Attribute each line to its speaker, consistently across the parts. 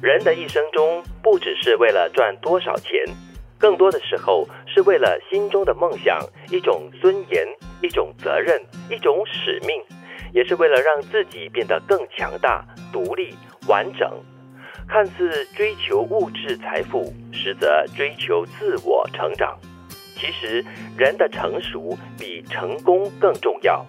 Speaker 1: 人的一生中，不只是为了赚多少钱，更多的时候是为了心中的梦想，一种尊严，一种责任，一种使命，也是为了让自己变得更强大、独立、完整。看似追求物质财富，实则追求自我成长。其实，人的成熟比成功更重要。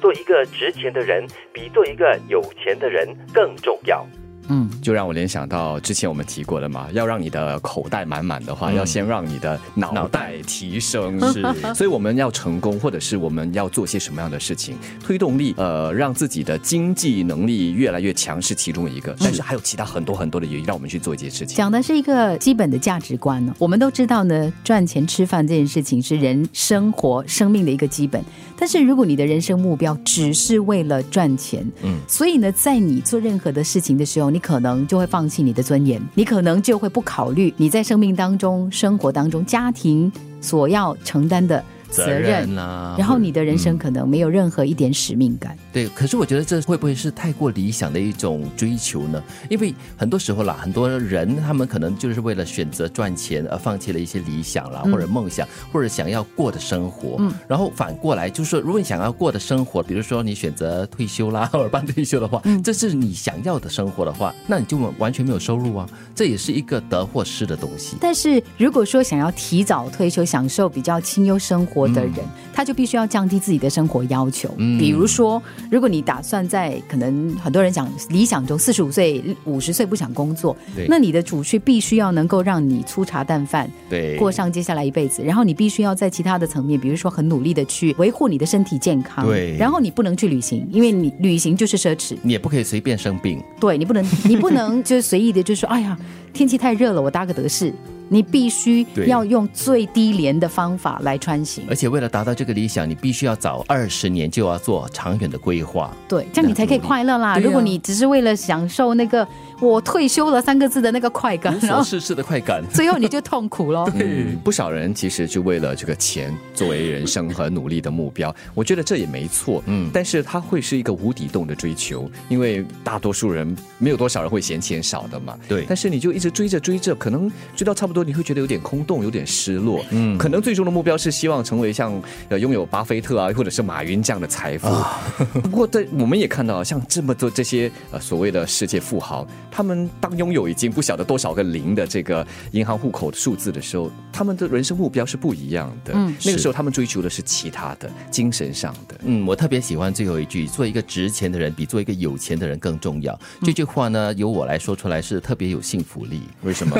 Speaker 1: 做一个值钱的人，比做一个有钱的人更重要。
Speaker 2: 嗯，
Speaker 3: 就让我联想到之前我们提过的嘛，要让你的口袋满满的话，
Speaker 2: 嗯
Speaker 3: 要先让你的脑袋提升。
Speaker 2: 是
Speaker 3: 所以我们要成功，或者是我们要做些什么样的事情，推动力，呃，让自己的经济能力越来越强是其中一个，但是还有其他很多很多的原因让我们去做一些事情。
Speaker 2: 讲的是一个基本的价值观呢。我们都知道呢，赚钱吃饭这件事情是人生活生命的一个基本。但是如果你的人生目标只是为了赚钱，
Speaker 3: 嗯，
Speaker 2: 所以呢，在你做任何的事情的时候，你可能就会放弃你的尊严，你可能就会不考虑你在生命当中、生活当中、家庭所要承担的责任，
Speaker 4: 啊
Speaker 2: 然后你的人生
Speaker 4: 嗯
Speaker 2: 可能没有任何一点使命感。
Speaker 4: 对，可是我觉得这会不会是太过理想的一种追求呢？因为很多时候啦，很多人他们可能就是为了选择赚钱而放弃了一些理想啦，
Speaker 2: 嗯
Speaker 4: 或者梦想，或者想要过的生活。
Speaker 2: 嗯
Speaker 4: 然后反过来就是说，如果你想要过的生活，比如说你选择退休啦， 或者办退休的话，
Speaker 2: 嗯
Speaker 4: 这是你想要的生活的话，那你就完全没有收入啊，这也是一个得或失的东西。
Speaker 2: 但是如果说想要提早退休，享受比较清幽生活的人，他就必须要降低自己的生活要求。
Speaker 4: 嗯
Speaker 2: 比如说，如果你打算在可能很多人想理想中四十五岁、五十岁不想工作
Speaker 4: 对，
Speaker 2: 那你的储蓄必须要能够让你粗茶淡饭
Speaker 4: 对，
Speaker 2: 过上接下来一辈子，然后你必须要在其他的层面，比如说很努力的去维护你的身体健康，
Speaker 4: 对
Speaker 2: 然后你不能去旅行，因为你旅行就是奢侈，
Speaker 4: 你也不可以随便生病。
Speaker 2: 对你不 能，你不能就是随意的就说，哎呀，天气太热了，我搭个德式。你必须
Speaker 4: 对
Speaker 2: 要用最低廉的方法来穿行，
Speaker 4: 而且为了达到这个理想，你必须要早二十年就要做长远的规划。
Speaker 2: 对，这样你才可以快乐啦。
Speaker 4: 对啊
Speaker 2: 如果你只是为了享受那个我退休了三个字的那个快感
Speaker 4: 无，
Speaker 2: 然
Speaker 4: 所
Speaker 2: 后
Speaker 4: 事事的快感。
Speaker 2: 最后你就痛苦 咯。
Speaker 3: 嗯，不少人其实就为了这个钱作为人生很努力的目标，我觉得这也没错。嗯，但是它会是一个无底洞的追求，因为大多数人没有多少人会嫌钱少的嘛。
Speaker 4: 对
Speaker 3: 但是你就一直追着追着，可能追到差不多，你会觉得有点空洞，有点失落。
Speaker 4: 嗯
Speaker 3: 嗯，可能最终的目标是希望成为像呃拥有巴菲特啊，或者是马云这样的财富。不过在我们也看到，像这么多这些呃所谓的世界富豪，他们当拥有已经不晓得多少个零的这个银行户口的数字的时候，他们的人生目标是不一样的。
Speaker 2: 嗯
Speaker 3: 那个时候他们追求的是其他的，精神上的。
Speaker 4: 嗯，我特别喜欢最后一句：“做一个值钱的人比做一个有钱的人更重要。”这句话呢，由我来说出来是特别有信服力。
Speaker 3: 为什么？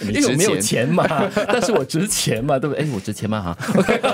Speaker 4: 因
Speaker 3: 你
Speaker 4: 为我
Speaker 3: 值
Speaker 4: 没有
Speaker 3: 钱
Speaker 4: 钱嘛， 但是我值钱嘛，对不对？哎，我值钱吗？哈，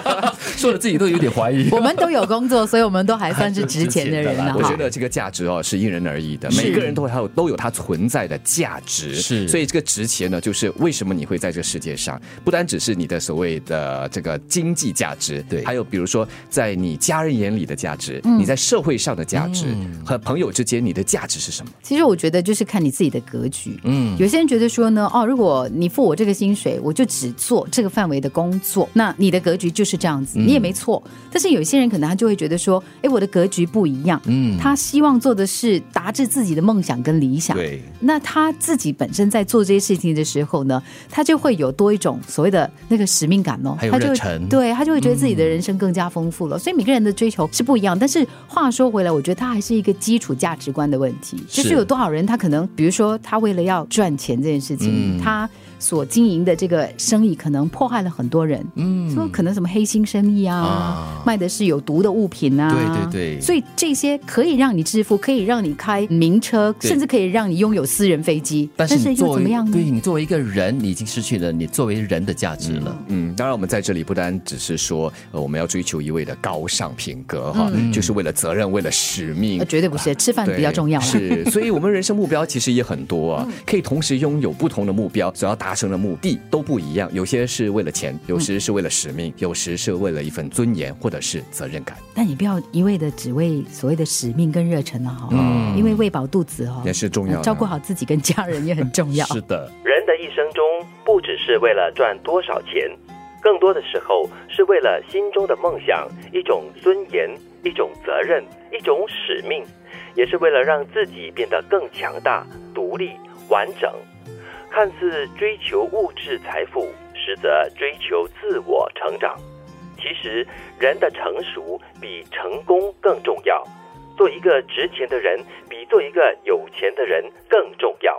Speaker 4: 说的自己都有点怀 疑。
Speaker 2: 我们都有工作，所以我们都还 算是值钱的人啊了
Speaker 4: 还是值钱的啦
Speaker 2: 哈。
Speaker 3: 我觉得这个价值哦是因人而异的，
Speaker 2: 是
Speaker 3: 每个人都还有都有它存在的价值，
Speaker 4: 是
Speaker 3: 所以这个值钱呢，就是为什么你会在这个世界上，不单只是你的所谓的这个经济价值，
Speaker 4: 对
Speaker 3: 还有比如说在你家人眼里的价值，你在社会上的价值、和朋友之间你的价值是什么？
Speaker 2: 其实我觉得就是看你自己的格局。嗯，有些人觉得说呢，哦，如果你付我这个薪水，我就只做这个范围的工作，那你的格局就是这样子，你也没错。但是有些人可能他就会觉得说，哎，我的格局不一样，嗯，他希望做的是达至自己的梦想跟理想。
Speaker 4: 对，
Speaker 2: 那他自己本身在做这些事情的时候呢，他就会有多一种所谓的那个使命感哦，
Speaker 4: 还有
Speaker 2: 他就
Speaker 4: 热
Speaker 2: 会
Speaker 4: 忱嗯
Speaker 2: 对他就会觉得自己的人生更加丰富了。所以每个人的追求是不一样，但是话说回来，我觉得他还是一个基础价值观的问题，就是是有多少人他可能，比如说他为了要赚钱这件事情，
Speaker 4: 嗯
Speaker 2: 他所经营的这个生意可能迫害了很多人，嗯，说可能什么黑心生意啊，
Speaker 4: 啊
Speaker 2: 卖的是有毒的物品啊，
Speaker 4: 对对对
Speaker 2: 所以这些可以让你致富，可以让你开名车，
Speaker 4: 对
Speaker 2: 甚至可以让你拥有私人飞机，
Speaker 4: 但是你
Speaker 2: 又
Speaker 4: 作
Speaker 2: 怎么
Speaker 4: 为
Speaker 2: 样
Speaker 4: 对
Speaker 2: 呢？
Speaker 4: 你作为一个人，你已经失去了你作为人的价值了。
Speaker 3: 嗯，当然，我们在这里不单只是说，呃，我们要追求一味的高尚品格哈，就是为了责任，为了使命
Speaker 2: 呃，绝对不
Speaker 4: 啊
Speaker 2: 是，吃饭
Speaker 3: 对，
Speaker 2: 比较重要啊嗯啦。
Speaker 3: 是，所以我们人生目标其实也很多啊，可以同时拥有不同的目标，所要达成的目的都不一样。有些是为了钱，有时是为了使命，有时是为了一份尊严或者是责任感，
Speaker 2: 但你不要一味的只为所谓的使命跟热忱了啊哈、
Speaker 4: 嗯
Speaker 2: 因为喂饱肚子哦
Speaker 3: 也是重要的
Speaker 2: 照顾好自己跟家人也很重要。
Speaker 4: 是的，
Speaker 1: 人的一生中，不只是为了赚多少钱，更多的时候是为了心中的梦想，一种尊严，一种责任，一种使命，也是为了让自己变得更强大、独立、完整。看似追求物质财富，实则追求自我成长。其实，人的成熟比成功更重要。做一个值钱的人，比做一个有钱的人更重要。